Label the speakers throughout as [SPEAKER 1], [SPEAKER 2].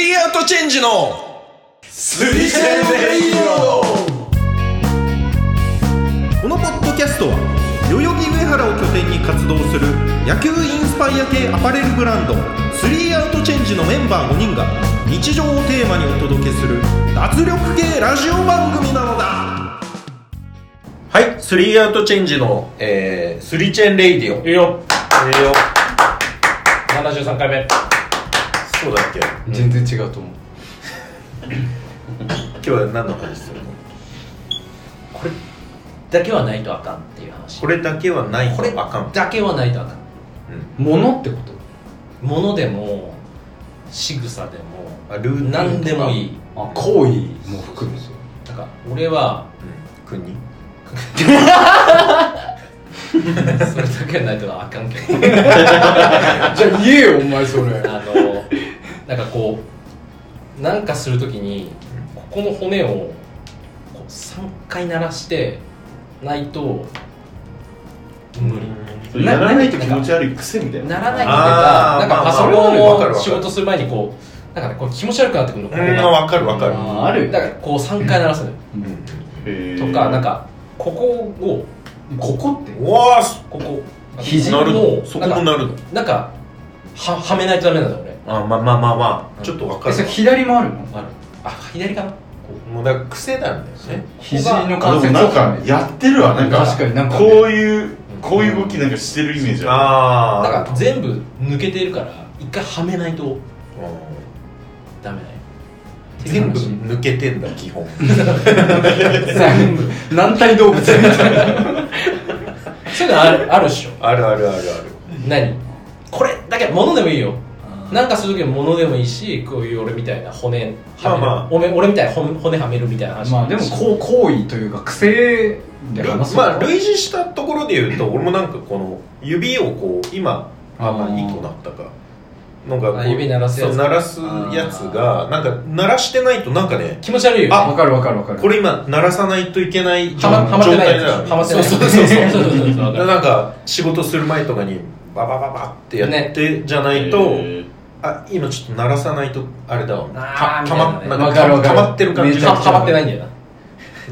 [SPEAKER 1] チェンジの
[SPEAKER 2] スリセンレイド
[SPEAKER 3] このポッドキャストは代々木上原を拠点に活動する野球インスパイア系アパレルブランドスリーアウトチェンジのメンバー5人が日常をテーマにお届けする脱力系ラジオ番組なのだ
[SPEAKER 1] はい、スリーアウトチェンジの、えー、スリチェンレイディオ。
[SPEAKER 2] いいよ
[SPEAKER 1] えよ。
[SPEAKER 2] 73回目
[SPEAKER 1] そうだっけ
[SPEAKER 4] 全然違うと思う
[SPEAKER 1] 今日は何の話するの
[SPEAKER 5] これだけはないとあかんっていう話
[SPEAKER 1] これだけはない
[SPEAKER 5] これ
[SPEAKER 1] あかん。
[SPEAKER 5] だけはないとあかん
[SPEAKER 4] 物ってこと
[SPEAKER 5] ものでも仕草でも
[SPEAKER 1] あルーティンとか
[SPEAKER 5] 何でもいい
[SPEAKER 4] あ行為も含むんですよ
[SPEAKER 5] だから俺は
[SPEAKER 1] うん。国
[SPEAKER 5] それだけはないとあかんけど
[SPEAKER 4] じゃあ言えよお前それ
[SPEAKER 5] あのなんかこうなんかするときにここの骨をこう3回鳴らしてないと無理
[SPEAKER 2] それやらないと気持ち悪い癖みたいな
[SPEAKER 5] ならないと
[SPEAKER 1] あー
[SPEAKER 5] なんか
[SPEAKER 1] まあ
[SPEAKER 5] パソ
[SPEAKER 1] まあわか
[SPEAKER 5] コ
[SPEAKER 1] る
[SPEAKER 5] ン
[SPEAKER 1] わ
[SPEAKER 5] を
[SPEAKER 1] かる
[SPEAKER 5] 仕事する前にこうなんかねこう気持ち悪くなってくるのここが
[SPEAKER 1] わかるわかる。
[SPEAKER 2] あある
[SPEAKER 5] だからこう3回鳴らすのよ
[SPEAKER 2] へー
[SPEAKER 5] とかなんかここを
[SPEAKER 4] ここって
[SPEAKER 1] うわーす
[SPEAKER 5] ここ
[SPEAKER 1] 肘なるのそこもなるの
[SPEAKER 5] なんかははめないとダメなんだ俺
[SPEAKER 1] あ、まあまあまあまあ。
[SPEAKER 5] うん
[SPEAKER 1] ちょっとわか
[SPEAKER 4] え
[SPEAKER 1] る
[SPEAKER 4] そ
[SPEAKER 1] わ
[SPEAKER 4] れ。左もあるの
[SPEAKER 5] あるあ左かなこ
[SPEAKER 1] もうだから癖なんだよね。
[SPEAKER 4] 肘の
[SPEAKER 2] あ
[SPEAKER 4] 関
[SPEAKER 2] でも
[SPEAKER 4] 節
[SPEAKER 2] なんかやってるわなんか
[SPEAKER 4] 確かになんかね
[SPEAKER 2] こういうこういう動きなんかしてるイメージあ
[SPEAKER 5] うだか
[SPEAKER 1] あ
[SPEAKER 5] ら全部抜けてるから一回はめないと
[SPEAKER 1] ーうん
[SPEAKER 5] ダメだよ
[SPEAKER 1] 全部抜けてんだ、基本。
[SPEAKER 4] 全部軟体動物みたいな
[SPEAKER 5] そういうのあるあるっしょ
[SPEAKER 1] あるあるあるある。
[SPEAKER 5] 何これだけ物でもいいよなんかする時に物でもいいしこういう俺みたいな骨はめる、
[SPEAKER 1] まあまあ
[SPEAKER 5] おめ俺みたいな骨骨はめるみたいな話
[SPEAKER 4] まあでもこう行為というか癖で
[SPEAKER 1] ル
[SPEAKER 4] 話そう
[SPEAKER 1] まあ類似したところで言うと俺もなんかこの指をこう今あま
[SPEAKER 4] あ
[SPEAKER 1] あ
[SPEAKER 4] ー
[SPEAKER 1] いい子だったかのがこう
[SPEAKER 5] あ指鳴らすやつ
[SPEAKER 1] そう鳴らすやつがなんか鳴らしてないとなんかね
[SPEAKER 5] 気持ち悪いよね
[SPEAKER 4] わかるわかるわかる
[SPEAKER 1] これ今鳴らさないといけない状
[SPEAKER 5] はまはまって
[SPEAKER 1] 状
[SPEAKER 5] ない
[SPEAKER 1] 態
[SPEAKER 5] やつ
[SPEAKER 1] だ
[SPEAKER 5] はまってない
[SPEAKER 1] そうそうそうそう
[SPEAKER 5] そうそうそうわかる
[SPEAKER 1] なんか仕事する前とかにババババってやってじゃないと、あ今ちょっと鳴らさないとあれだわ
[SPEAKER 5] あー
[SPEAKER 1] たま
[SPEAKER 5] みたい
[SPEAKER 1] な
[SPEAKER 5] なん
[SPEAKER 4] ね
[SPEAKER 1] か
[SPEAKER 4] わかるわか
[SPEAKER 1] た
[SPEAKER 4] る
[SPEAKER 1] まってる感じ
[SPEAKER 5] ははまってないんだよなこ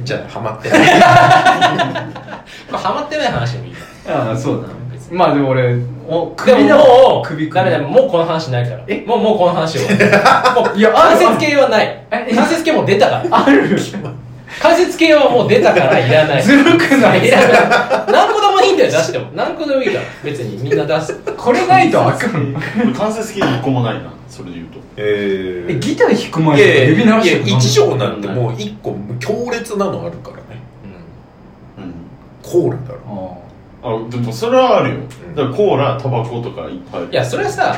[SPEAKER 1] じゃあはまってない
[SPEAKER 5] れはまってない話でもいいよ
[SPEAKER 4] ああそうだ
[SPEAKER 5] 別に
[SPEAKER 4] まあでも俺お
[SPEAKER 5] で
[SPEAKER 4] だ
[SPEAKER 5] ももう
[SPEAKER 4] 首
[SPEAKER 5] ダメだよもうこの話ないから
[SPEAKER 4] え
[SPEAKER 5] もうもうこの 話はもう
[SPEAKER 4] いやあ
[SPEAKER 5] 関
[SPEAKER 4] る
[SPEAKER 5] 節系はない
[SPEAKER 4] え
[SPEAKER 5] 関節系もう出たから
[SPEAKER 4] ある
[SPEAKER 5] 関節系はもう出たからいらない
[SPEAKER 4] ずるくない
[SPEAKER 5] いらない何個でもいいんだよ出しても何個でもいいから別にみんな出す
[SPEAKER 4] これないとあか んの
[SPEAKER 2] 俺関節系一個もないなそれで言うと
[SPEAKER 1] え
[SPEAKER 4] えギター弾く前
[SPEAKER 1] いや
[SPEAKER 4] に
[SPEAKER 1] い
[SPEAKER 4] 指
[SPEAKER 1] や
[SPEAKER 4] 鳴ら
[SPEAKER 1] い
[SPEAKER 4] して
[SPEAKER 1] や
[SPEAKER 4] る
[SPEAKER 1] 一条なんてもう一個強烈なのあるからねコーラだろ
[SPEAKER 4] あ
[SPEAKER 2] あでもそれはあるよ
[SPEAKER 1] うん
[SPEAKER 2] だからコーラタバコとかいっぱいある
[SPEAKER 5] いやそれはさ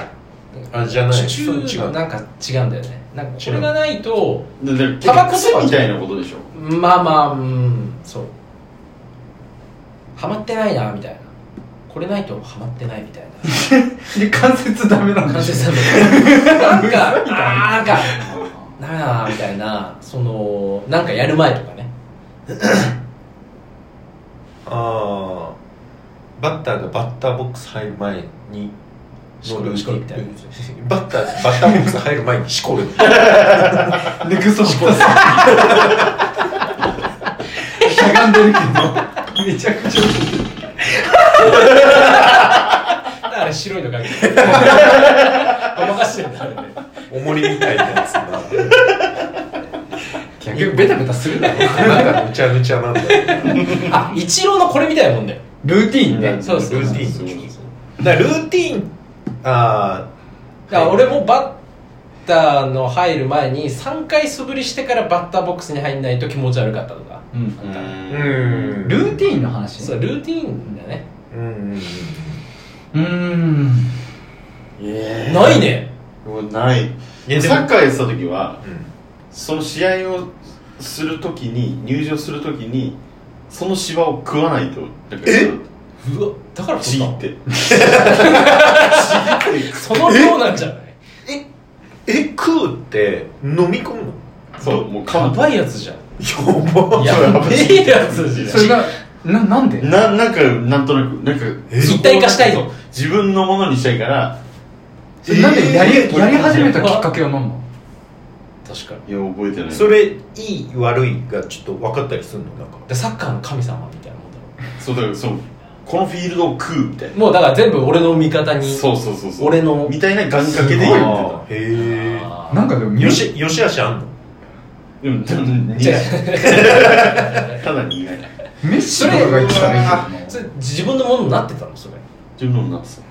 [SPEAKER 1] あじゃない
[SPEAKER 5] 中
[SPEAKER 1] そう違う
[SPEAKER 5] なんか違うんだよねなんかこれがないと
[SPEAKER 2] でで結
[SPEAKER 5] タバ
[SPEAKER 2] 局
[SPEAKER 5] コとか
[SPEAKER 2] 癖みたいなことでしょ
[SPEAKER 5] まあまあうんそうハマってないなみたいなこれないとハマってないみたい な
[SPEAKER 4] あで関節ダメな ん
[SPEAKER 5] 感
[SPEAKER 4] だ
[SPEAKER 5] じですよねなんか、あーなんか、ダメだなみたいな、その、なんかやる前とかね。
[SPEAKER 1] あーバッターがバッターボックス入る前に
[SPEAKER 5] しこるしこるみたいな
[SPEAKER 1] バッターバッターボックス入る前にしこる
[SPEAKER 4] ネクストしかしゃがんでるけどめちゃくちゃ
[SPEAKER 5] だからあれ白いのかけて る。ごまかしてるんだ、あれね。
[SPEAKER 1] 重りみたいなやつな
[SPEAKER 4] 逆にベタベタするだろ
[SPEAKER 1] なんかぐちゃぐちゃなんだよね
[SPEAKER 5] あ、イチローのこれみたいなもんだよ。
[SPEAKER 4] ルーティーン
[SPEAKER 2] ね
[SPEAKER 4] ね
[SPEAKER 5] そうそう
[SPEAKER 1] ルーティ
[SPEAKER 2] そう
[SPEAKER 1] ンだからルーティンあ
[SPEAKER 5] だから俺もバッターの入る前に、3回素振りしてからバッターボックスに入んないと気持ち悪かったとか。
[SPEAKER 4] うん
[SPEAKER 1] ーうん
[SPEAKER 4] ルーティーンの話
[SPEAKER 5] そう、ルーティーンだね。
[SPEAKER 1] うんうんうん
[SPEAKER 4] うーん
[SPEAKER 2] え
[SPEAKER 5] ないね。
[SPEAKER 2] もうない
[SPEAKER 1] いやでも
[SPEAKER 2] サッカーやってた時は
[SPEAKER 1] うん
[SPEAKER 2] その試合をするときに入場するときにその芝を食わないとなんか
[SPEAKER 1] え
[SPEAKER 5] うわ、だから
[SPEAKER 2] ち
[SPEAKER 5] 太
[SPEAKER 2] ぎ
[SPEAKER 5] っ
[SPEAKER 2] ったて
[SPEAKER 5] その量なんじゃない
[SPEAKER 1] え食うって飲み込むの
[SPEAKER 2] そうもう噛
[SPEAKER 5] や
[SPEAKER 2] む
[SPEAKER 5] ばいやつじゃん。
[SPEAKER 1] やば
[SPEAKER 5] やばいやつじゃん。
[SPEAKER 4] それがななんで
[SPEAKER 2] ななんかなんとなくなんか
[SPEAKER 1] え
[SPEAKER 2] そこを
[SPEAKER 5] 一体化したいぞ
[SPEAKER 2] 自分のものにしたいから
[SPEAKER 4] それなんでやり,、
[SPEAKER 1] えー
[SPEAKER 4] やり始めたきっかけは何なの
[SPEAKER 5] 確かに
[SPEAKER 2] いや覚えてない
[SPEAKER 1] それいい悪いがちょっと分かったりするのなんか
[SPEAKER 5] でサッカーの神様みたいなもんだろ
[SPEAKER 2] そうだからそうこのフィールドを食うみたいな
[SPEAKER 5] もうだから全部俺の味方に
[SPEAKER 2] そうそうそうそう
[SPEAKER 5] 俺の
[SPEAKER 2] みたいな願掛け
[SPEAKER 5] えす
[SPEAKER 2] で言
[SPEAKER 5] ご
[SPEAKER 2] っ
[SPEAKER 5] い
[SPEAKER 2] て
[SPEAKER 1] あーへ
[SPEAKER 5] あー
[SPEAKER 4] なんかでも
[SPEAKER 1] えよしよしあしあんの
[SPEAKER 2] たうんでもに
[SPEAKER 5] 違う
[SPEAKER 2] ただに意外
[SPEAKER 4] メッシとかが言ってたね
[SPEAKER 5] それ自分のものになってたのそれ
[SPEAKER 2] 自分のもなんですよ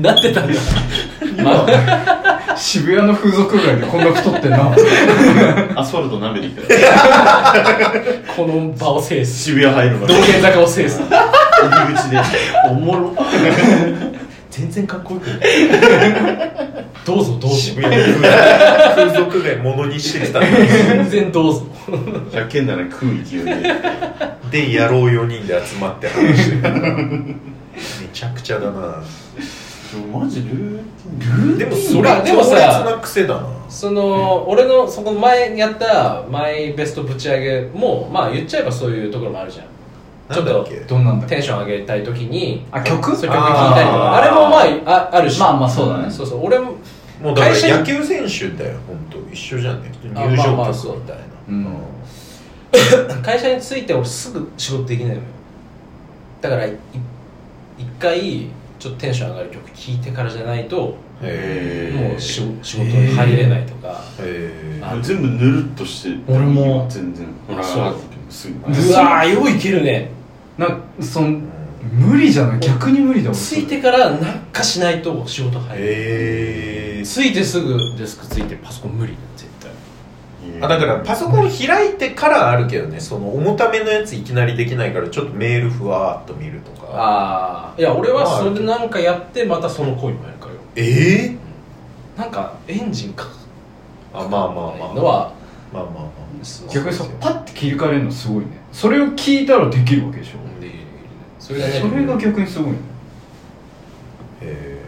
[SPEAKER 5] なってたんだ
[SPEAKER 4] 今渋谷の風俗街でこんな太ってんな
[SPEAKER 2] アスファルト舐めてきたら
[SPEAKER 5] この場を制す
[SPEAKER 2] 渋谷入るま
[SPEAKER 5] 道
[SPEAKER 2] で
[SPEAKER 5] 玄坂を制す
[SPEAKER 2] 入り口で
[SPEAKER 5] おもろ全然かっこよくないどうぞどうぞ
[SPEAKER 1] 渋谷の風風俗街ものにしてきたの
[SPEAKER 5] 全然どうぞ
[SPEAKER 2] 100件なら食う勢いで
[SPEAKER 1] で野郎4人で集まって話してるめちゃくちゃだな
[SPEAKER 2] マジルーティン
[SPEAKER 1] でもそれ
[SPEAKER 5] まあでもさ
[SPEAKER 1] 強烈な癖だな
[SPEAKER 5] その、俺のそこの前やったマイベストぶち上げもまあ言っちゃえばそういうところもあるじゃん
[SPEAKER 1] なんだっけ
[SPEAKER 4] どんなんだ
[SPEAKER 5] テンション上げたい時に
[SPEAKER 4] あ曲
[SPEAKER 5] そういう曲聴いたりとかあ
[SPEAKER 1] あー
[SPEAKER 5] れもまあああるし
[SPEAKER 4] まあまあそうだね
[SPEAKER 5] そうそう俺も
[SPEAKER 1] もうだか
[SPEAKER 5] 会社
[SPEAKER 1] ら
[SPEAKER 5] に
[SPEAKER 1] 野球選手だよ本当一緒じゃんね入
[SPEAKER 5] あまあまあ
[SPEAKER 1] 場
[SPEAKER 5] そう
[SPEAKER 1] 曲みたいな、
[SPEAKER 4] うん
[SPEAKER 5] 会社に着いて俺すぐ仕事できないのよだからい一回ちょっとテンション上がる曲聴いてからじゃないと
[SPEAKER 1] へえ
[SPEAKER 5] もう仕仕事に入れないとか、
[SPEAKER 1] へ
[SPEAKER 5] あ
[SPEAKER 2] 全部ぬるっとして
[SPEAKER 4] 俺も
[SPEAKER 2] 全然ほら
[SPEAKER 5] そう
[SPEAKER 2] すぐ
[SPEAKER 4] えー
[SPEAKER 5] うわーよういけるね
[SPEAKER 4] なんかその無理じゃない逆に無理だもん
[SPEAKER 5] 着いてからなんかしないと仕事入れない
[SPEAKER 1] え
[SPEAKER 5] ついてすぐデスクついてパソコン無理絶対
[SPEAKER 1] あだからパソコン開いてからあるけどねその重ためのやついきなりできないからちょっとメールふわーっと見るとか
[SPEAKER 5] ああいや俺はそれでなんかやってまたその恋もやるからよ
[SPEAKER 1] ええ
[SPEAKER 5] なんかエンジンかか
[SPEAKER 1] あまあまあまあ
[SPEAKER 5] のは
[SPEAKER 1] まあまあまあ
[SPEAKER 5] そう
[SPEAKER 4] 逆にさパッて切り替えれるのすごいねそれを聞いたらできるわけでしょ
[SPEAKER 5] うんできるできるそ
[SPEAKER 4] そ
[SPEAKER 5] れがね
[SPEAKER 4] れが逆にすごいね
[SPEAKER 1] へ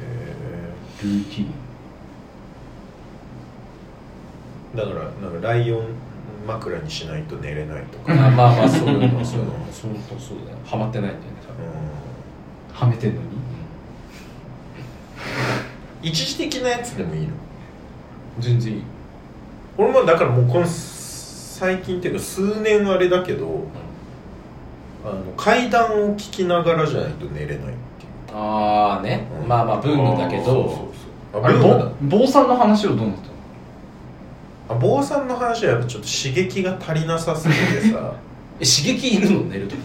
[SPEAKER 4] ルーティン
[SPEAKER 1] えだからなんかライオン枕にしないと寝れないとか、
[SPEAKER 5] あまあまあそういうのそういうのそうそうそうだよハマってないんだよね多分
[SPEAKER 1] う
[SPEAKER 4] はめてんのに
[SPEAKER 1] ん、一時的なやつでもいいの
[SPEAKER 5] 全然いい
[SPEAKER 1] 俺もだからもうこの最近っていうか数年あれだけど、あの階段を聞きながらじゃないと寝れないっていう
[SPEAKER 5] ああね
[SPEAKER 1] うん
[SPEAKER 5] まあまあブームだ
[SPEAKER 1] そ
[SPEAKER 5] け
[SPEAKER 1] うそう
[SPEAKER 5] ど
[SPEAKER 1] そう
[SPEAKER 4] あれ
[SPEAKER 1] ブームだ
[SPEAKER 4] ぼ坊さんの話をどうなったの
[SPEAKER 1] あ坊さんの話はやっぱちょっと刺激が足りなさすぎて さ、
[SPEAKER 5] え刺激いるの寝るとき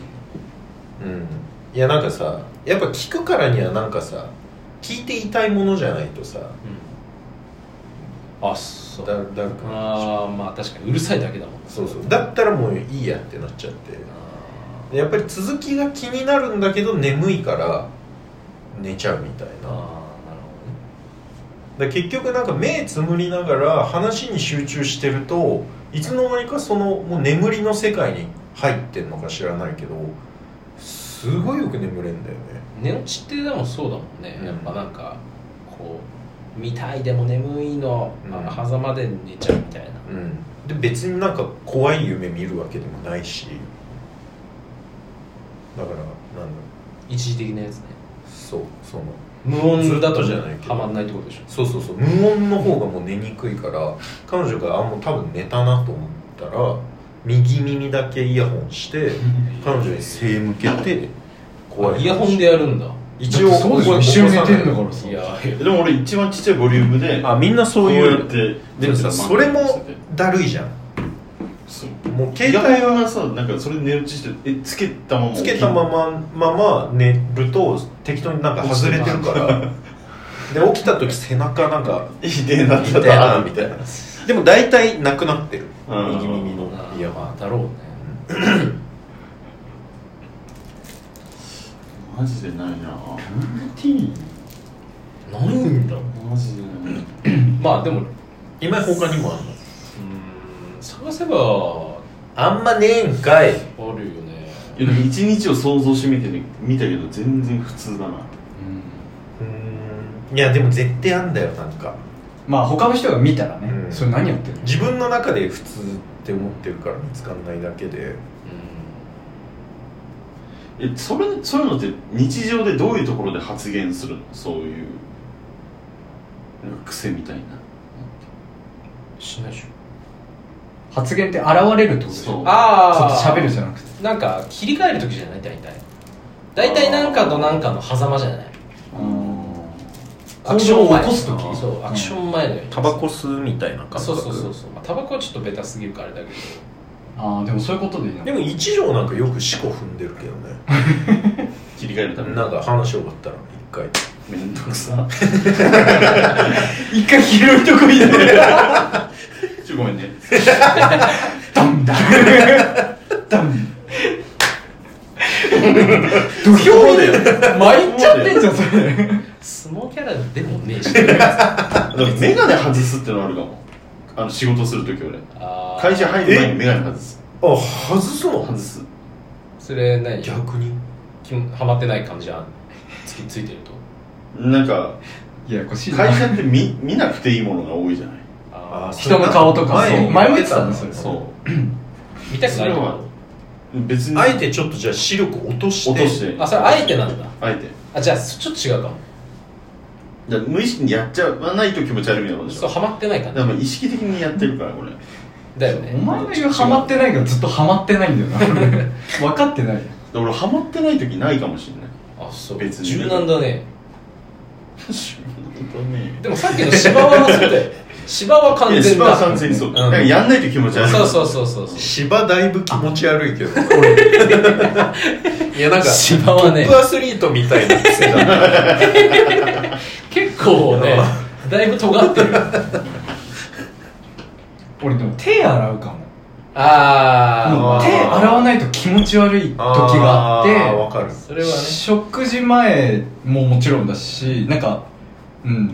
[SPEAKER 1] うん、いやなんかさやっぱ聞くからにはなんかさ聞いていたいものじゃないとさ
[SPEAKER 5] あそ
[SPEAKER 1] だ
[SPEAKER 5] う
[SPEAKER 1] だるくなっちゃう
[SPEAKER 5] ああまあ確かにうるさいだけだもん
[SPEAKER 1] そうそうだったらもういいやってなっちゃってでやっぱり続きが気になるんだけど眠いから寝ちゃうみたい
[SPEAKER 5] あー
[SPEAKER 1] な
[SPEAKER 5] なるほどね
[SPEAKER 1] で結局なんか目つむりながら話に集中してるといつの間にかそのもう眠りの世界に入ってんのか知らないけどすごいよく眠れんだよね
[SPEAKER 5] 寝落ちってでもそうだもんね、
[SPEAKER 1] うん
[SPEAKER 5] やっぱなんかこう見たいでも眠いの、
[SPEAKER 1] うん
[SPEAKER 5] あの狭間で寝ちゃうみたいな
[SPEAKER 1] うんで別になんか怖い夢見るわけでもないしだからなんだろ
[SPEAKER 5] 一時的なやつね
[SPEAKER 1] うそうその
[SPEAKER 5] 無音だ
[SPEAKER 1] ず
[SPEAKER 5] と
[SPEAKER 1] っとじゃないけど
[SPEAKER 5] はまんないってことでしょ
[SPEAKER 1] そうそうそう無音の方がもう寝にくいから彼女があもう多分寝たなと思ったら右耳だけイヤホンして彼女に背向けて怖い
[SPEAKER 5] イヤホンでやるんだ
[SPEAKER 1] 一応
[SPEAKER 4] そうでしょ一緒に寝てんだからさ
[SPEAKER 5] いやいや
[SPEAKER 2] でも俺一番ちっちゃいボリュームで
[SPEAKER 1] あみんなそう
[SPEAKER 2] こ
[SPEAKER 1] い
[SPEAKER 2] やっ
[SPEAKER 1] う
[SPEAKER 2] て
[SPEAKER 1] でもさそれもだるいじゃん
[SPEAKER 2] そう
[SPEAKER 1] もう携
[SPEAKER 2] 携帯
[SPEAKER 1] 帯
[SPEAKER 2] はさなんかそれ寝落ちしてえつけたまま
[SPEAKER 1] つけたまままま寝ると適当になんか外れてるからで起きた時背中なんか
[SPEAKER 2] いいねなっ
[SPEAKER 1] 痛
[SPEAKER 2] た
[SPEAKER 1] いな
[SPEAKER 2] ら
[SPEAKER 1] みたいなでも大体なくなってる
[SPEAKER 2] うん
[SPEAKER 1] 右耳のイヤホ
[SPEAKER 5] ま
[SPEAKER 1] ン
[SPEAKER 5] あだろうね
[SPEAKER 2] マジでないな
[SPEAKER 4] ルーティン
[SPEAKER 5] ないんだ
[SPEAKER 2] マジでない
[SPEAKER 5] まあでもう
[SPEAKER 1] 今他にもあんの
[SPEAKER 5] ーん探せば
[SPEAKER 1] あんまねえんかい
[SPEAKER 5] あるよね
[SPEAKER 2] いやでも一日を想像してみてね見たけど全然普通だな
[SPEAKER 1] いやでも絶対あんだよなんか
[SPEAKER 4] まあ他の人が見たらね、
[SPEAKER 1] うん
[SPEAKER 4] それ何やってるの
[SPEAKER 1] 自分の中で普通って思ってるから見つかんないだけで
[SPEAKER 2] えそれそういうのって日常でどういうところで発言するのそういうなんか癖みたいな
[SPEAKER 5] しないでしょ
[SPEAKER 4] 発言って現れるってことでしょちょっと
[SPEAKER 5] あ
[SPEAKER 4] 喋るじゃなくて
[SPEAKER 5] なんか切り替える時じゃない大体大体なんかとなんかの狭間じゃないアクション前
[SPEAKER 2] 行動を起こす時
[SPEAKER 5] そうアクション前のように
[SPEAKER 1] タバコ吸うみたいな感覚
[SPEAKER 5] そうそうそうそうまあタバコはちょっとベタすぎるからあれだけど
[SPEAKER 4] ああでもそういうことでいいの
[SPEAKER 1] でも一条なんかよく四股踏んでるけどね
[SPEAKER 2] 切り替えるために
[SPEAKER 1] なんか話終わったら一回
[SPEAKER 2] めんどく さ
[SPEAKER 4] 一回広いとこ行って
[SPEAKER 2] ちょごめんね
[SPEAKER 4] ダンダンダン土俵に 参っちゃってんじゃんそれ
[SPEAKER 5] 相撲キャラでもねえし
[SPEAKER 2] だから眼鏡外すってのあるかもあの仕事するとき俺
[SPEAKER 5] あー
[SPEAKER 2] 会社入る前に眼鏡外す
[SPEAKER 1] あ外すの
[SPEAKER 2] 外す
[SPEAKER 5] それ何
[SPEAKER 1] 逆に
[SPEAKER 5] きんハマってない感じあんつきついてると
[SPEAKER 2] なん か
[SPEAKER 4] ややこしいな
[SPEAKER 2] 会社って見見なくていいものが多いじゃない
[SPEAKER 5] あー
[SPEAKER 4] 人の顔とかそう
[SPEAKER 1] 前
[SPEAKER 4] 前も言ってたんですよ
[SPEAKER 2] そ
[SPEAKER 5] 見たくないと
[SPEAKER 2] それは
[SPEAKER 5] こ
[SPEAKER 2] う別に
[SPEAKER 1] あえてちょっとじゃあ視力落として
[SPEAKER 2] 落として
[SPEAKER 5] あそれあえてなんだ
[SPEAKER 2] あえて
[SPEAKER 5] あじゃあちょっと違うかも
[SPEAKER 2] だから無意識にやっちゃわないと気持ち悪いみたいなことでし
[SPEAKER 5] そう
[SPEAKER 2] ょ
[SPEAKER 5] ハマってない感
[SPEAKER 2] だから意識的にやってるから俺だか
[SPEAKER 5] じだよ
[SPEAKER 4] お
[SPEAKER 5] ね
[SPEAKER 4] 前の言うハマってないがずっとハマってないんだ よな分かってない
[SPEAKER 2] ら俺ハマってない時ないかもしれない
[SPEAKER 5] あそう
[SPEAKER 2] 別に
[SPEAKER 5] 柔軟だね
[SPEAKER 2] 本当ね
[SPEAKER 5] でもさっきの芝はそうだよ芝はい完
[SPEAKER 2] や
[SPEAKER 5] 全
[SPEAKER 2] 芝は
[SPEAKER 5] だ
[SPEAKER 2] 完全にそう、
[SPEAKER 5] ん
[SPEAKER 2] なんかやんないと気持ち悪い
[SPEAKER 5] そうそうそうそうそう
[SPEAKER 1] 芝だいぶ気持ち悪 いけどいやなんか
[SPEAKER 5] 芝はね
[SPEAKER 1] トップアスリートみたいな癖だな
[SPEAKER 5] 結構ねだいぶ尖ってる
[SPEAKER 4] 俺でも手洗うかもも
[SPEAKER 5] あ
[SPEAKER 4] う
[SPEAKER 5] あ
[SPEAKER 4] 手洗わないと気持ち悪い時があって
[SPEAKER 1] ーわかる
[SPEAKER 5] それはね
[SPEAKER 4] 食事前ももちろんだしなんかうん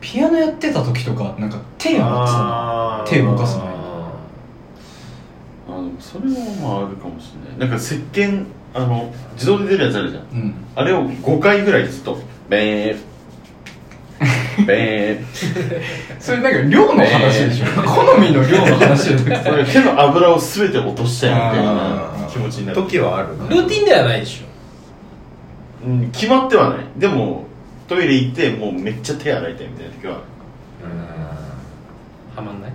[SPEAKER 4] ピアノやってた時とかなんか手洗ってたの
[SPEAKER 1] あー
[SPEAKER 4] 手動かすの
[SPEAKER 2] あのそれはまああるかもしれないなんか石鹸あの自動で出るやつあるじゃん
[SPEAKER 4] うん
[SPEAKER 2] あれを5回ぐらいずっとベーベー
[SPEAKER 4] それなんか量の話でしょ、 好みの量の話でしょ
[SPEAKER 2] それ手の油を全て落としたいみたいな気持ちになる、
[SPEAKER 1] 時はあるな
[SPEAKER 5] ルーティンではないでしょ
[SPEAKER 2] うん、決まってはないでもトイレ行ってもうめっちゃ手洗いたいみたいな時は
[SPEAKER 5] ハマんない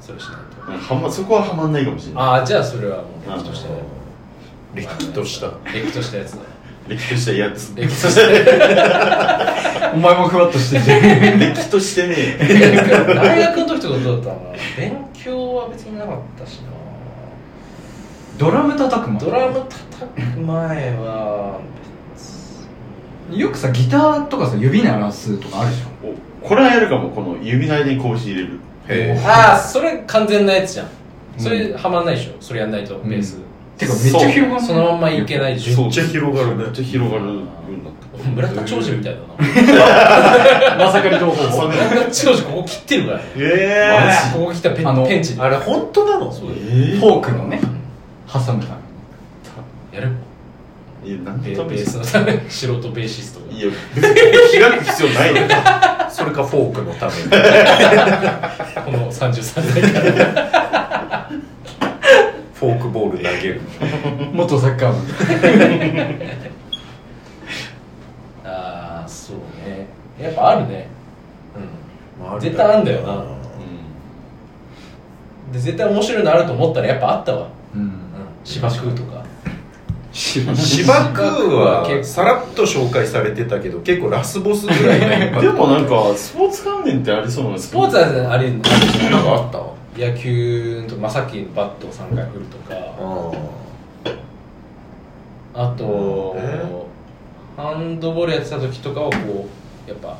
[SPEAKER 5] それしないと
[SPEAKER 2] うんはまそこははまんないかもしれない
[SPEAKER 5] ああじゃあそれはもう歴史としてね
[SPEAKER 1] れっきとした
[SPEAKER 5] 歴史としたやつだ
[SPEAKER 2] 歴史としてやつ
[SPEAKER 5] 歴史として
[SPEAKER 4] お前もふわっとしてるじ ゃ ん
[SPEAKER 2] 歴史としてね
[SPEAKER 5] 大学の時とかどうだったの勉強は別になかったしな
[SPEAKER 4] ドラム叩くもん
[SPEAKER 5] ドラム叩く前は
[SPEAKER 4] よくさギターとかさ指鳴らすとかあるでしょ
[SPEAKER 2] おこれはやるかもこの指の間に拳入れる
[SPEAKER 1] へえ
[SPEAKER 5] ああそれ完全なやつじゃんそれ
[SPEAKER 4] う
[SPEAKER 5] ハマんないでしょそれやんないとベース
[SPEAKER 4] てかめっちゃ広がる
[SPEAKER 5] そのまんまいけない順
[SPEAKER 1] めっちゃ広がるね
[SPEAKER 2] めっちゃ広がるようになった
[SPEAKER 5] 村田長寿みたいだな
[SPEAKER 4] まさかり情報
[SPEAKER 5] 村田長寿ここ切ってるからね
[SPEAKER 2] え
[SPEAKER 5] ここ切ったらペ
[SPEAKER 4] あ
[SPEAKER 5] ン
[SPEAKER 4] の
[SPEAKER 5] ペンチで
[SPEAKER 1] あれ本当なの
[SPEAKER 5] そう
[SPEAKER 2] え
[SPEAKER 5] だよ
[SPEAKER 2] ー
[SPEAKER 4] フォークのね挟むため
[SPEAKER 5] やる
[SPEAKER 2] いや、なん
[SPEAKER 5] ベベ
[SPEAKER 2] で食べ
[SPEAKER 5] ー
[SPEAKER 2] て
[SPEAKER 5] スのため素人ベーシストが
[SPEAKER 2] いや、別に開く必要ないよ。
[SPEAKER 1] それかフォークのた めに
[SPEAKER 5] この33代 から
[SPEAKER 1] フォークボール投げる
[SPEAKER 4] 元サッカー部
[SPEAKER 5] ああそうねやっぱあるねう
[SPEAKER 1] まあ
[SPEAKER 5] 絶対あんだよなで絶対面白いのあると思ったらやっぱあったわ
[SPEAKER 4] うん
[SPEAKER 5] 芝生とか
[SPEAKER 1] 芝生はさらっと紹介されてたけど結構ラスボスぐらいの
[SPEAKER 2] でもなんか、スポーツ関連ってありそうなんです
[SPEAKER 5] スポーツはねあれ
[SPEAKER 1] なんかあったわ
[SPEAKER 5] 野球とかまあさっきのバットを3回振るとかあと
[SPEAKER 1] うん
[SPEAKER 5] ハンドボールやってた時とかはこうやっぱ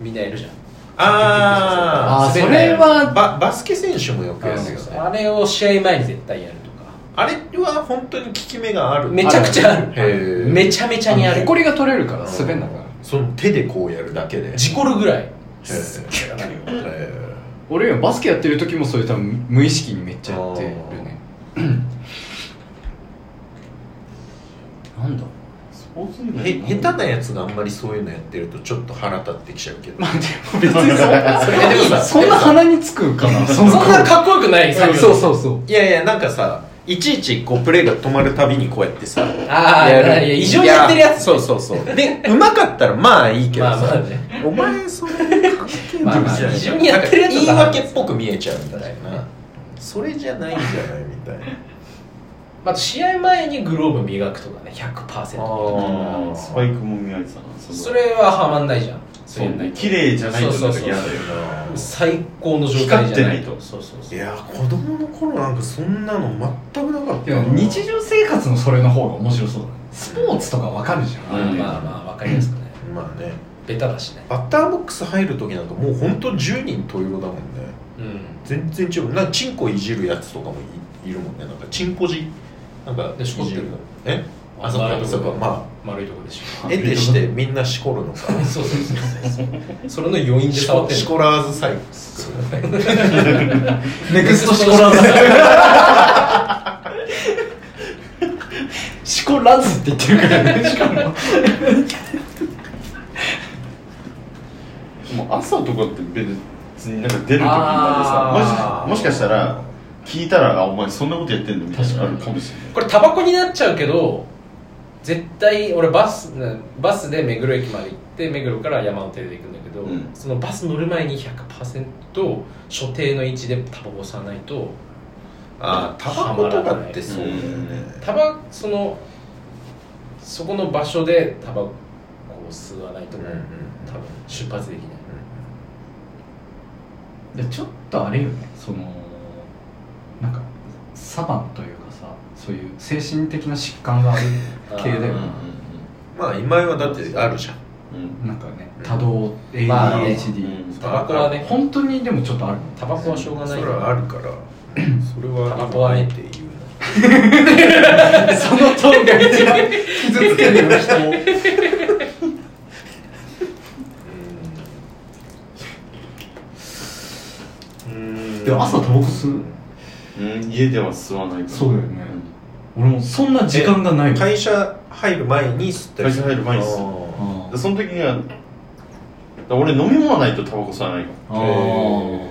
[SPEAKER 5] みんないるじゃん
[SPEAKER 1] あ
[SPEAKER 4] あーそ
[SPEAKER 5] 滑んない
[SPEAKER 4] れ
[SPEAKER 1] あ
[SPEAKER 4] は
[SPEAKER 1] ババスケ選手もよくやるよね
[SPEAKER 5] あれを試合前に絶対やるとか
[SPEAKER 1] あれは本当に効き目がある
[SPEAKER 5] めちゃくちゃある
[SPEAKER 1] へえ
[SPEAKER 5] めちゃめちゃにある
[SPEAKER 4] 埃が取れるから滑んなくなる
[SPEAKER 1] その手でこうやるだけで
[SPEAKER 5] 事故るぐらい
[SPEAKER 1] へえ
[SPEAKER 4] 俺はバスケやってる時もそれ多分無意識にめっちゃやってるね なんだ
[SPEAKER 2] スポーツ以
[SPEAKER 1] へ
[SPEAKER 2] 外
[SPEAKER 1] 下手なやつがあんまりそういうのやってるとちょっと腹立ってきちゃうけど
[SPEAKER 4] まあでも別にそん な
[SPEAKER 5] それ でもさ
[SPEAKER 4] そんな鼻につくかな そ
[SPEAKER 5] そんなかっこよくない作業
[SPEAKER 4] そうそうそう
[SPEAKER 1] いやいやなんかさいちいちこうプレーが止まるたびにこうやってさ
[SPEAKER 5] ああ
[SPEAKER 1] やる
[SPEAKER 5] 異常にやってるやつ
[SPEAKER 1] そうそうそうでうまかったらまあいいけどさ
[SPEAKER 5] まあまあね
[SPEAKER 1] お前それ関係
[SPEAKER 5] まあ
[SPEAKER 1] ない
[SPEAKER 5] まあ
[SPEAKER 1] じゃん
[SPEAKER 5] 一緒にやってるやつは
[SPEAKER 1] 言い訳っぽく見えちゃうみたいなそれじゃないんじゃないみたいな
[SPEAKER 5] まあ、試合前にグローブ磨くとかね100%
[SPEAKER 1] あー
[SPEAKER 2] スパイクも磨いてたなすごい
[SPEAKER 5] それははまんないじゃんそ
[SPEAKER 2] そうう
[SPEAKER 5] いうの
[SPEAKER 2] ね綺麗じゃないと
[SPEAKER 5] そう
[SPEAKER 2] な
[SPEAKER 5] そ
[SPEAKER 2] ん
[SPEAKER 5] うそ
[SPEAKER 2] か
[SPEAKER 5] う
[SPEAKER 2] 嫌だよ
[SPEAKER 5] 最高の状態じゃない
[SPEAKER 2] 光ってないと
[SPEAKER 5] そうそうそ
[SPEAKER 1] いうや子供の頃なんかそんなの全くなかっ
[SPEAKER 4] でも
[SPEAKER 1] た
[SPEAKER 4] 日常生活のそれの方が面白そうだねスポーツとかわかるじゃん、
[SPEAKER 5] まあまあまあわかりますかね
[SPEAKER 1] まあね
[SPEAKER 5] ベタだしね
[SPEAKER 1] バッターボックス入る時なんかもうほんと10人十色だもんね
[SPEAKER 5] うん
[SPEAKER 1] 全然違うなんかチンコいじるやつとかもいいるもんねなんかチンポジなんか
[SPEAKER 5] でしこってる
[SPEAKER 1] いじえあそっ
[SPEAKER 5] 丸い
[SPEAKER 1] か
[SPEAKER 5] と
[SPEAKER 1] そっ
[SPEAKER 5] こ
[SPEAKER 1] か
[SPEAKER 5] で
[SPEAKER 1] ま
[SPEAKER 5] 丸いとこでし
[SPEAKER 1] あ得てしてみんなしこるのか
[SPEAKER 5] ょそうそうそうそうそうそれの余韻で
[SPEAKER 1] し
[SPEAKER 5] 触っ
[SPEAKER 1] こ
[SPEAKER 5] てる
[SPEAKER 1] しこラーズサイクル
[SPEAKER 4] ネクストシコランズシコランズって言ってるからね しかも
[SPEAKER 2] もう朝とかって別になんか出る時ま
[SPEAKER 5] あ
[SPEAKER 2] でさ
[SPEAKER 5] ー
[SPEAKER 2] もしもしかしたら聞いたらあお前そんなことやってんのみたいなのあるかもしれない
[SPEAKER 5] これタバコになっちゃうけど絶対俺バスバスで目黒駅まで行って目黒から山手で行くんだけど、
[SPEAKER 2] うん
[SPEAKER 5] そのバス乗る前に100%所定の位置でタバコ吸わないと
[SPEAKER 1] ああタバコとかってそうだよね
[SPEAKER 5] タバそのそこの場所でタバコを吸わないともう、
[SPEAKER 1] うんうん
[SPEAKER 5] 多分出発できない
[SPEAKER 4] いやちょっとあれよねそのなんかサバンというかさそういう精神的な疾患がある系だよ
[SPEAKER 5] うん
[SPEAKER 4] ね
[SPEAKER 1] まあ今井はだってあるじゃん
[SPEAKER 2] うん
[SPEAKER 4] なんかね多動
[SPEAKER 5] まあね
[SPEAKER 4] ADHD、
[SPEAKER 5] タバコはね
[SPEAKER 4] 本当にでもちょっとあ る
[SPEAKER 5] タバコはしょうが
[SPEAKER 1] そ
[SPEAKER 5] ない
[SPEAKER 1] れ
[SPEAKER 5] よ
[SPEAKER 1] はある からそれは
[SPEAKER 5] タバコはね
[SPEAKER 1] っていう
[SPEAKER 4] そのトーンが一番傷つけるよ人も
[SPEAKER 1] うん
[SPEAKER 4] でも朝タバコ吸う
[SPEAKER 2] うん家では吸わないから
[SPEAKER 4] そうだよね俺もそんな時間がないもん
[SPEAKER 1] 会社入る前に吸ったり
[SPEAKER 2] 会社入る前に吸う
[SPEAKER 1] あ
[SPEAKER 4] あ
[SPEAKER 2] でその時にはだから俺飲み物ないとタバコ吸わないか
[SPEAKER 4] あー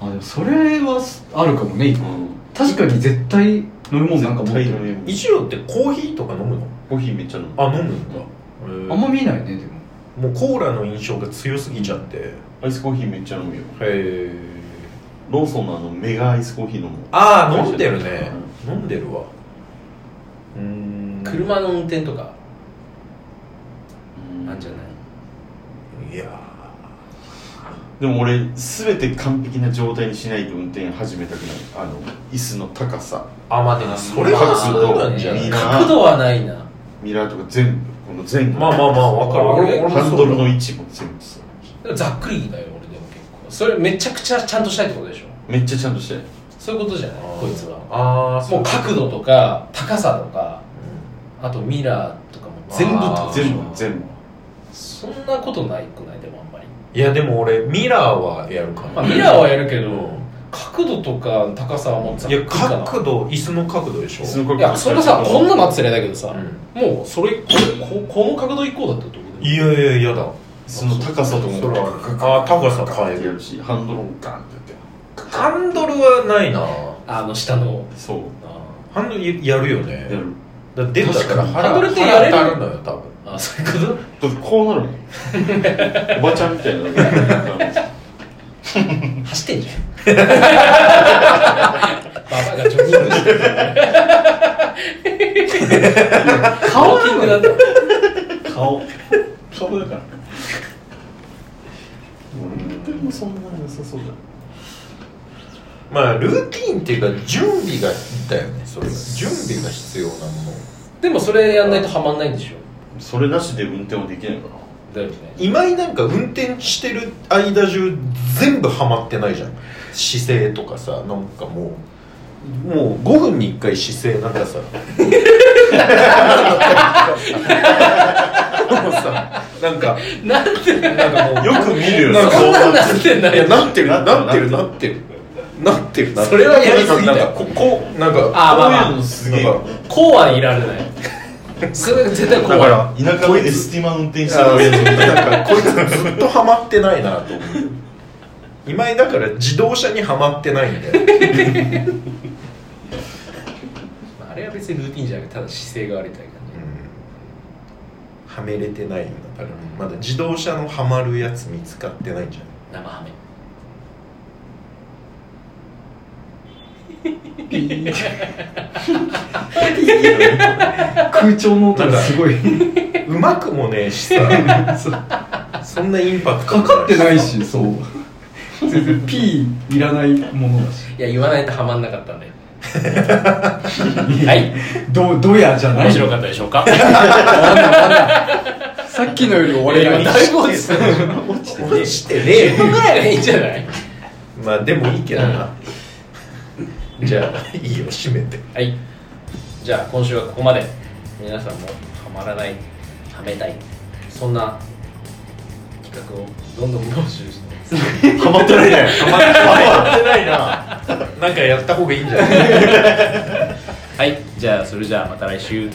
[SPEAKER 4] あでもそれはすあるかもね一個
[SPEAKER 2] ら、うん、
[SPEAKER 4] 確かに絶対飲み物なんか持って
[SPEAKER 2] 絶対飲
[SPEAKER 4] る
[SPEAKER 2] み物
[SPEAKER 1] ー一郎ってコーヒーとか飲むの
[SPEAKER 2] コーヒーめっちゃ飲む
[SPEAKER 1] あ飲むんだ
[SPEAKER 4] あんま見ないねで
[SPEAKER 1] も
[SPEAKER 4] も
[SPEAKER 1] うコーラの印象が強すぎちゃってへ
[SPEAKER 2] アイスコーヒーめっちゃ飲むよ
[SPEAKER 1] え
[SPEAKER 2] ローソンのあのメガアイスコーヒー飲む
[SPEAKER 1] ああ飲んでるね飲んでるわうーん
[SPEAKER 5] 車の運転とか
[SPEAKER 2] うん
[SPEAKER 5] なんじゃない
[SPEAKER 1] いや
[SPEAKER 2] でも俺全て完璧な状態にしないと運転始めたくないあの椅子の高さ
[SPEAKER 1] ーあまあでもそれはそうなんじゃない
[SPEAKER 2] まあ
[SPEAKER 5] 角度はないな
[SPEAKER 2] ミラーとか全部この前後
[SPEAKER 1] まあまあまあわかる俺も俺も
[SPEAKER 2] ハン
[SPEAKER 1] そ
[SPEAKER 2] ド
[SPEAKER 1] う
[SPEAKER 2] ル
[SPEAKER 1] だ
[SPEAKER 2] の位置も全部そう
[SPEAKER 5] でもざっくりだよ俺でも結構それめちゃくちゃちゃんとしたいってことでしょ
[SPEAKER 2] めっちゃちゃんとしてない
[SPEAKER 5] そういうことじゃない
[SPEAKER 1] あー
[SPEAKER 5] こいつは
[SPEAKER 1] ああ
[SPEAKER 5] もう角度とか高さとかあとミラーとかも全部って
[SPEAKER 1] あ
[SPEAKER 5] ことでし
[SPEAKER 2] 全
[SPEAKER 5] ょ
[SPEAKER 2] 部全部
[SPEAKER 5] そんなことないくないでもあんまり
[SPEAKER 1] いやでも俺ミラーはやるかな
[SPEAKER 5] まあミラーはやるけど角度とか高さはもうざっ
[SPEAKER 1] い
[SPEAKER 5] く
[SPEAKER 1] や
[SPEAKER 5] りかな
[SPEAKER 1] 角度椅子の角度でしょ
[SPEAKER 2] 椅子の角
[SPEAKER 5] い
[SPEAKER 2] 度
[SPEAKER 5] やそれがさこんなのあってたらあれだけどさ、
[SPEAKER 1] う
[SPEAKER 5] もうそれこここの角度以降だったってこと
[SPEAKER 1] いやいやいやだ
[SPEAKER 2] その高さ
[SPEAKER 1] そ
[SPEAKER 2] と
[SPEAKER 1] れは
[SPEAKER 2] も
[SPEAKER 1] ああ高さ変え
[SPEAKER 2] って
[SPEAKER 1] る
[SPEAKER 2] やるしハンドルもガンってやって
[SPEAKER 1] ハンドルはないな
[SPEAKER 5] あの下の
[SPEAKER 2] そう
[SPEAKER 5] あ
[SPEAKER 1] ハンドルやるよね
[SPEAKER 2] やる
[SPEAKER 1] だから出たから
[SPEAKER 5] 確かにハンドルって
[SPEAKER 1] 腹
[SPEAKER 5] やれる
[SPEAKER 1] 腹当たのよ多分
[SPEAKER 5] ーあそういうこと
[SPEAKER 2] だってこうなるもんおばちゃんみたいな
[SPEAKER 5] 走ってんじゃんババアがジョギングしてる
[SPEAKER 4] 顔
[SPEAKER 5] ジョギングだった
[SPEAKER 4] 顔
[SPEAKER 2] 顔だから俺もそんなの良さそうだ
[SPEAKER 1] まあルーティンっていうか準備がだよねそれが準備が必要なもの
[SPEAKER 5] でもそれやんないとはまんないんでしょ
[SPEAKER 2] それなしで運転はできないかな
[SPEAKER 5] だよね
[SPEAKER 1] 今井なんか運転してる間中全部ハマってないじゃん姿勢とかさなんかもうもう5分に1回姿勢なんかさ もうさなんか
[SPEAKER 5] なんて
[SPEAKER 1] なんかもう
[SPEAKER 2] よく見るよ
[SPEAKER 1] なんか
[SPEAKER 5] そんなんなってんだ
[SPEAKER 1] いや
[SPEAKER 5] よ
[SPEAKER 1] なってるな
[SPEAKER 2] な
[SPEAKER 1] っ
[SPEAKER 2] ってて
[SPEAKER 1] る
[SPEAKER 2] る
[SPEAKER 1] なってるなってるなってる
[SPEAKER 5] それはやりすぎ
[SPEAKER 1] なん
[SPEAKER 5] だ
[SPEAKER 1] か
[SPEAKER 5] よ
[SPEAKER 1] ここなんか
[SPEAKER 5] あーまあまあ
[SPEAKER 2] こういうのすげえ
[SPEAKER 1] なんか
[SPEAKER 5] こうはいられないそれ絶対こう
[SPEAKER 1] だか
[SPEAKER 5] は
[SPEAKER 1] ら
[SPEAKER 2] 田舎でエスティマ運転してる
[SPEAKER 1] あ
[SPEAKER 2] 親父
[SPEAKER 1] ーなんかこいつずっとハマってないなと思う今井だから自動車にはまってないんだよ
[SPEAKER 5] あれは別にルーティンじゃなくてただ姿勢が悪いだけだね
[SPEAKER 1] はめれてないんだ誰もまだ自動車のはまるやつ見つかってないんじゃない
[SPEAKER 5] 生ハメ
[SPEAKER 4] 空調の音がすごい
[SPEAKER 1] うまくもねえしさ そんなインパクト
[SPEAKER 4] か
[SPEAKER 1] も
[SPEAKER 4] かってないしそう全然 P いらないものだし
[SPEAKER 5] いや言わないとハマんなかったんで はい
[SPEAKER 4] どどやじゃない
[SPEAKER 5] 面白かったでしょう か
[SPEAKER 4] さっきのより終わり
[SPEAKER 5] いや
[SPEAKER 4] が
[SPEAKER 5] 今だいぶ落ちてる
[SPEAKER 1] 落ちてね
[SPEAKER 5] 10ぐらいがいいんじゃない
[SPEAKER 1] えまあでもいいけどなじゃあいいよ閉めて
[SPEAKER 5] はいじゃあ今週はここまで皆さんもハマらないハメたいそんな企画をどんどん募集してます
[SPEAKER 2] ハマってないねハマってないな
[SPEAKER 1] なんかやった方がいいんじゃない
[SPEAKER 5] はいじゃあそれじゃあまた来週